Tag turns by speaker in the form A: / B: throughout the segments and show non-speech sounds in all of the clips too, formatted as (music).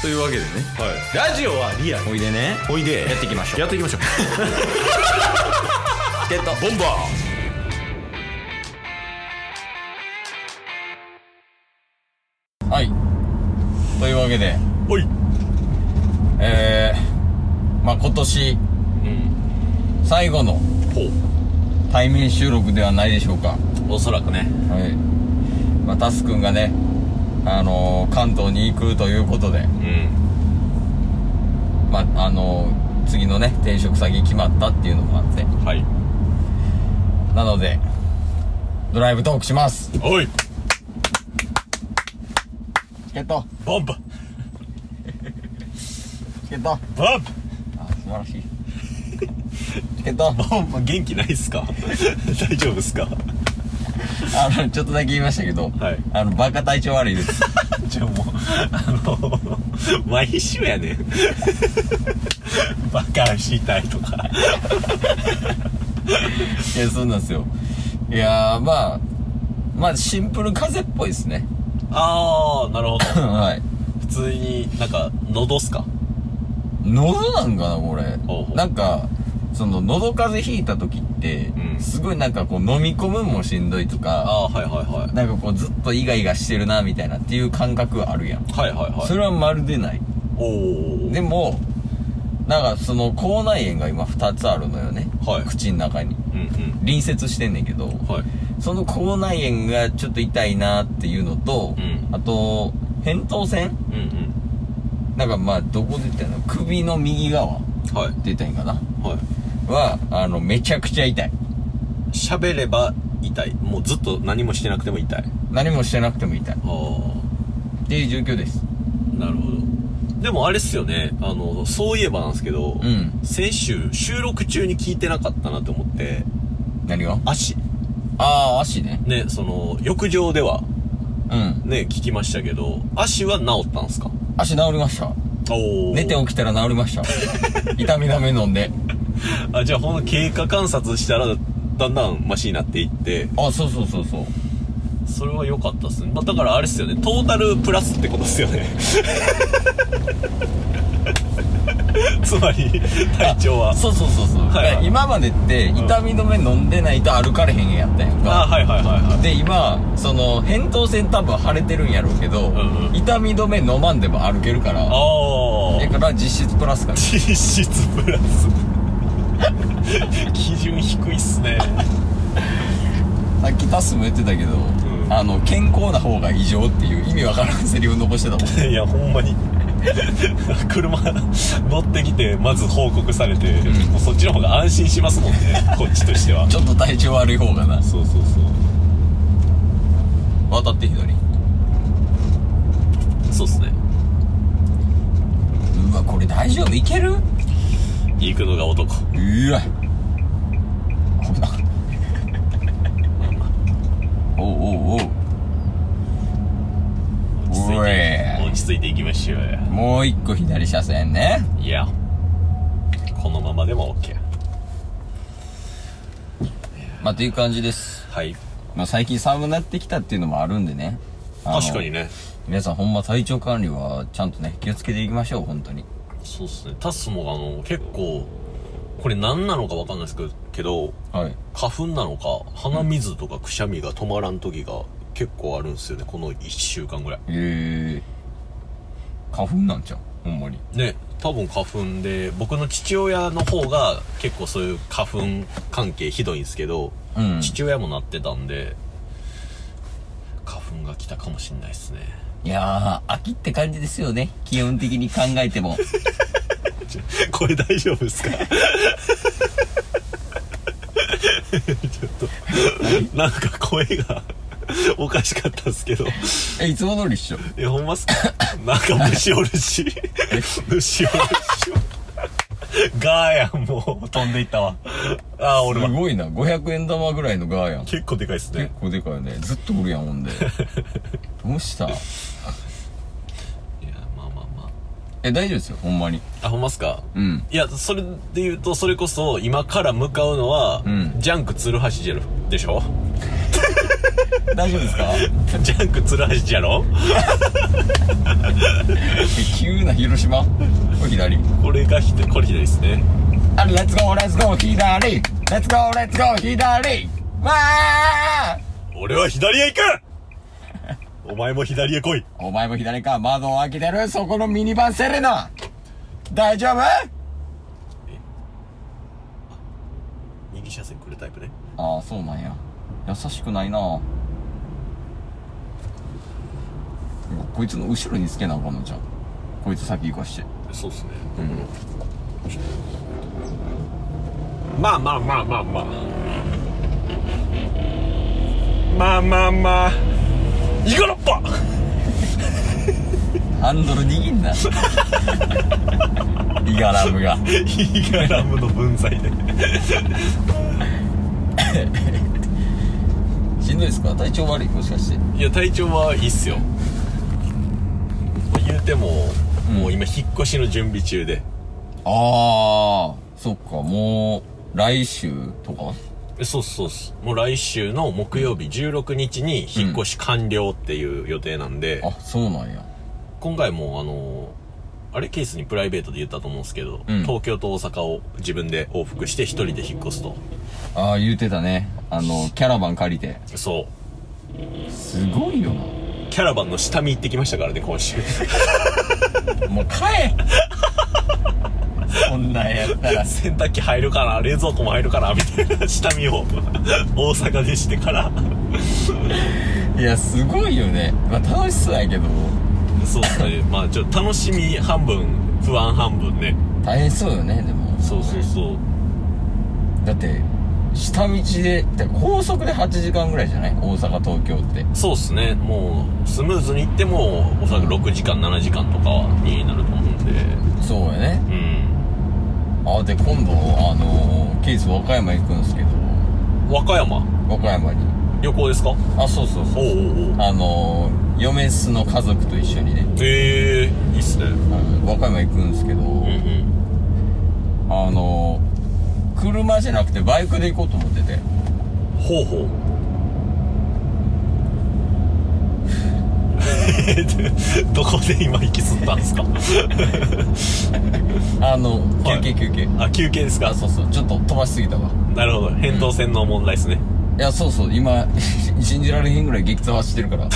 A: というわけでね
B: はい、ラジオはリアル
A: おいでね
B: おいで
A: やっていきましょう
B: やっていきましょう
A: チケットボンバーはいというわけで
B: おい、
A: えー、まあ今年
B: うん、
A: 最後の
B: ほ
A: 対面収録ではないでしょうか
B: うおそらくね
A: はいまあタスくんがねあのー、関東に行くということで
B: うん
A: まああのー、次のね転職先決まったっていうのもあって
B: はい
A: なのでドライブトークします
B: おい
A: チケット
B: ボンバ
A: チケット
B: ボン
A: あ素晴らしいチケット
B: バボンバ元気ないっすか (laughs) 大丈夫っすか
A: あのちょっとだけ言いましたけど、
B: はい
A: あのバカ体調悪いです
B: (laughs) じゃあもうあの毎週やねんバカしたいとか
A: いやそうなんですよいやーまあまあシンプル風邪っぽいですね (laughs)
B: ああなるほど
A: はい
B: 普通になんか喉っすか
A: 喉なんかなこれ
B: ほうほう
A: なんかその喉風邪ひいた時って、
B: うん
A: すごいなんかこう飲み込むもしんどいとか
B: ああーはいはいはい
A: なんかこうずっとイガイガしてるなみたいなっていう感覚あるやん、
B: はいはいはい
A: それはまるでない
B: おお
A: でもなんかその口内炎が今2つあるのよね、
B: はい
A: 口の中に
B: うんうん
A: 隣接してんねんけど、
B: はい
A: その口内炎がちょっと痛いなっていうのと、
B: うん
A: あと、扁桃腺
B: うんうん
A: なんかまあ、どこで言ったの首の右側って
B: はい
A: 言ったらいいんかな
B: は
A: は、あの、めちゃくちゃ痛い。
B: い喋れば痛いもうずっと何もしてなくても痛い
A: 何もしてなくても痛い。
B: ああ
A: っていう状況です。
B: なるほどでもあれっすよねあのそういえばなんですけど、
A: うん
B: 先週収録中に聞いてなかったなと思って
A: 何が
B: 足
A: ああ、足ね。
B: ねその浴場では
A: うん。
B: ね聞きましたけど足は治ったんすか
A: 足治りました。
B: おお
A: 寝て起きたら治りました。
B: (laughs)
A: 痛み止め飲んで。
B: あじゃあほんの経過観察したらだんだんマシになっていって
A: あ、そうそうそうそう。
B: それは良かったっすね、まあ、だからあれっすよねトータルプラスってことっすよ (laughs) ねつまり体調は
A: そうそうそうそう。
B: はいはい
A: で今までって、痛み止め飲んでないと歩かれへんやったやんか。
B: あはいはいはいはい
A: で今その扁桃腺多分腫れてるんやろうけど、
B: んうん
A: 痛み止め飲まんでも歩けるから
B: あ
A: だ
B: あ
A: から実質プラスかな
B: 実質プラス基準低いっすね
A: さっきタスも言ってたけど、
B: ん
A: あの健康な方が異常っていう意味わからんセリフ残してたもん
B: いやほんまに車乗ってきてまず報告されて、もうそっちの方が安心しますもんねこっちとしては
A: ちょっと体調悪い方がな
B: そうそうそ
A: 渡って左
B: うそうっすね
A: うわこれ大丈夫いける
B: 行くのが男
A: うわ危なおうおうおう
B: 落ち着
A: お
B: いて
A: い
B: 落ち着いていきましょうよ
A: もう一個左車線ね
B: いやこのままでも OK
A: まあという感じです
B: はい
A: まあ、最近寒くなってきたっていうのもあるんでね。あの
B: 確かに。ね
A: 皆さんほんま体調管理はちゃんとね、気をつけていきましょう、本当に。
B: そうっすねタスもあの結構これ何なのか分かんないですけど
A: はい。
B: 花粉なのか鼻水とかくしゃみが止まらん時が結構あるんですよねこの1週間ぐらい
A: えー、花粉なんちゃうほんまに。
B: ね多分花粉で僕の父親の方が結構そういう花粉関係ひどいんですけど、
A: うん。
B: 父親もなってたんで花粉が来たかもしんないですね
A: いやー、秋って感じですよね。基本的に考えても。
B: (laughs) これ大丈夫ですかちょっとなんか声がおかしかったっすけど
A: (laughs) え、いつも通りっしょ。
B: いやほんまっすかなんか虫おるし虫おるしガーヤンもう飛んでいったわああ
A: す
B: 俺は
A: ごいな。500円玉ぐらいのガーやん。
B: 結構でかいっす
A: 結
B: ね
A: 構でかいよね。ずっとおるやん、ほんで。どうした
B: いやまあまあま
A: え、大丈夫ですよ、ほんまに。
B: ああほんまっすか
A: うん。
B: いやそれで言うとそれこそ今から向かうのは、
A: ん
B: ジャンク鶴橋ジェルでしょ
A: 大丈夫ですか
B: ジャンク鶴橋やろ
A: 急な広島これ左
B: これがひこれ左ですね
A: あレッツゴーレッツゴー左レッツゴーレッツゴー左わあ
B: 俺は左へ行く (laughs) お前も左へ来い
A: お前も左か窓を開けてるそこのミニバンセレナ大丈夫
B: 右車線来るタイプね
A: ああそうなんや優しくないなうわこいつの後ろにつけなあかんのじゃんこいつ先行かして
B: そうっすね、まあまあまあまあまあまあまあまあいがらっぱ
A: ハンドル握んな (laughs) イガラムが
B: イガラムの分際で
A: しんどいですか体調悪いもしかして
B: いや体調はいいっすよ言うても、もう今引っ越しの準備中で
A: ああそっかもう来週とか
B: そうそうそうもう来週の木曜日16日に引っ越し完了っていう予定なんで、
A: あそうなんや
B: 今回もうあのーあれケースにプライベートで言ったと思うんですけど、
A: うん
B: 東京と大阪を自分で往復して一人で引っ越すと
A: ああ言うてたねあのキャラバン借りて
B: そ
A: すごいよな
B: うキャラバンの下見行ってきましたからね今週 (laughs)
A: もう帰れ (laughs) そんなんやったら
B: 洗濯機入るかな冷蔵庫も入るかなみたいな下見を (laughs) 大阪でしてから
A: いやすごいよね、まあ、楽しそうやけど
B: そうですねまあちょっと楽しみ半分不安半分ね
A: 大変そうよねでも
B: そうそうそう
A: だって下道でだから高速で8時間ぐらいじゃない大阪東京って
B: そうっすねもうスムーズにいってもおそらく6時間7時間とかになると思うんで
A: そうよね
B: うん
A: あで今度あのーケース和歌山行くんですけど
B: 和歌山
A: 和歌山に
B: 旅行ですか
A: あそうそう
B: お
A: そう
B: おうおう
A: あのー嫁すの家族と一緒にね、
B: ええいいっすね
A: うん和歌山行くんですけど、
B: うんうん
A: あのー車じゃなくてバイクで行こうと思ってて
B: ほうほう (laughs) どこで今息吸ったんですか
A: あの
B: は
A: 休
B: い
A: 憩休憩、
B: (laughs) あ休憩ですか
A: あそうそうちょっと飛ばしすぎたわ
B: なるほど扁桃腺の問題ですね、
A: いやそうそう今 (laughs) 信じられへんぐらい激痛はしてる (laughs) からちょ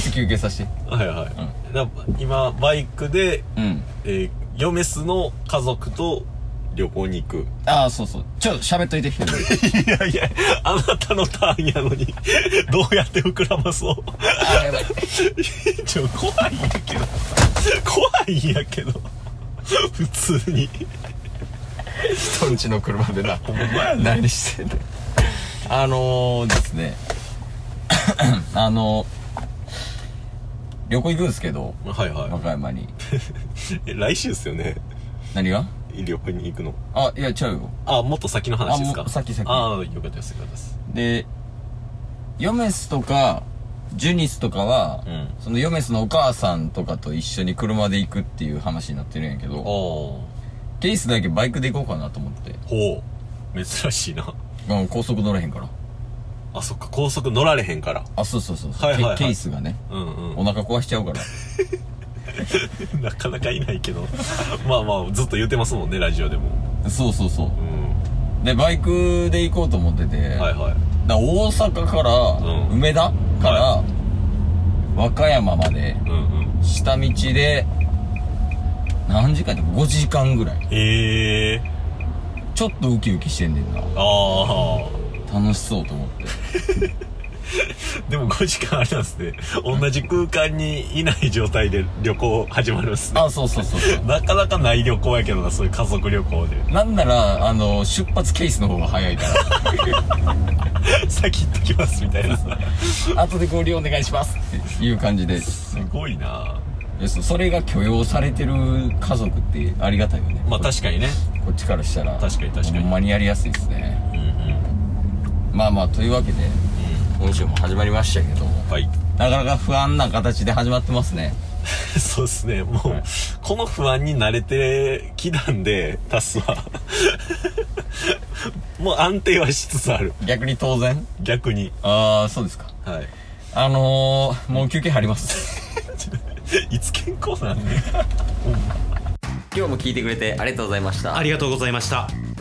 A: っと休憩させて
B: はいはい、だ今バイクで、
A: うん
B: えー、嫁すの家族と旅行に行く
A: ああそうそうちょっと喋っといて (laughs) あ
B: いやいや、あなたのターンやのに、どうやって膨らまそう。
A: ーやばい
B: ちょ、怖いんやけど。怖いんやけど。普通に。
A: 人んちの車でな何してんのあのー、ですね (coughs) あのー、旅行行くんですけど
B: はい
A: 和
B: は
A: 歌山に
B: い。え、来週っすよね。
A: 何が
B: 旅行に行くの。
A: あいやちゃうよ
B: あ、もっと先の話です
A: あ
B: か
A: もう先先
B: ああ、よかったです、よかったです。
A: でヨメスとかジュニスとかは、
B: うん
A: そのヨメスのお母さんとかと一緒に車で行くっていう話になってるんやけ
B: ああ、
A: ど
B: ほ
A: ケースだけバイクで行こうかなと思って
B: う。珍しいな。
A: うん高速乗れへんから
B: あ、そっか、高速乗られへんから。
A: あそうそうそう、
B: はいはいはい
A: ケケースがね
B: うんうん。
A: お腹壊しちゃうから
B: なかなかいないけど。まあまあ、ずっと言ってますもんね、ラジオでも。
A: そうそうそ
B: うん。
A: うでバイクで行こうと思ってて、
B: はいはい。
A: だ大阪から、
B: うん
A: 梅田から、
B: は
A: 和歌山まで
B: うんうん。
A: 下道で何時間で5時間ぐらい
B: ええー。
A: ちょっとウキウキしてんねんな
B: ああ。
A: 楽しそうと思って
B: でも5時間ありますね。同じ空間にいない状態で旅行始まるんですね。
A: あ (laughs) そうそうそうそう
B: なかなかない旅行やけどな、そういう家族旅行で。 (laughs)
A: なんならあの出発ケースの方が早いか
B: 先行っときますみたいな。す
A: ら後で合流お願いしますっていう感じで
B: ごいな
A: でそそれが許容されてる家族ってありがたいよね
B: まあ確かにね。
A: こっちからしたら
B: 確かに確かに
A: ほんまにやりやすいですね
B: うんうん。
A: まあまあというわけで今週も始まりましたけども
B: はい。 (laughs)
A: なかなか不安な形で始まってますね
B: そうですね。もう、
A: はい
B: (laughs) この不安に慣れてきたんで、タスは。
C: もう安定はしつつある。
D: 逆に当然
C: 逆に。
D: ああそうですか
B: (laughs)
C: はい。
D: あのー、もう休憩入ります
C: いつ健康なんで。
A: (laughs) 今日も聞いてくれてありがとうございました
B: ありがとうございました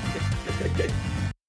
B: す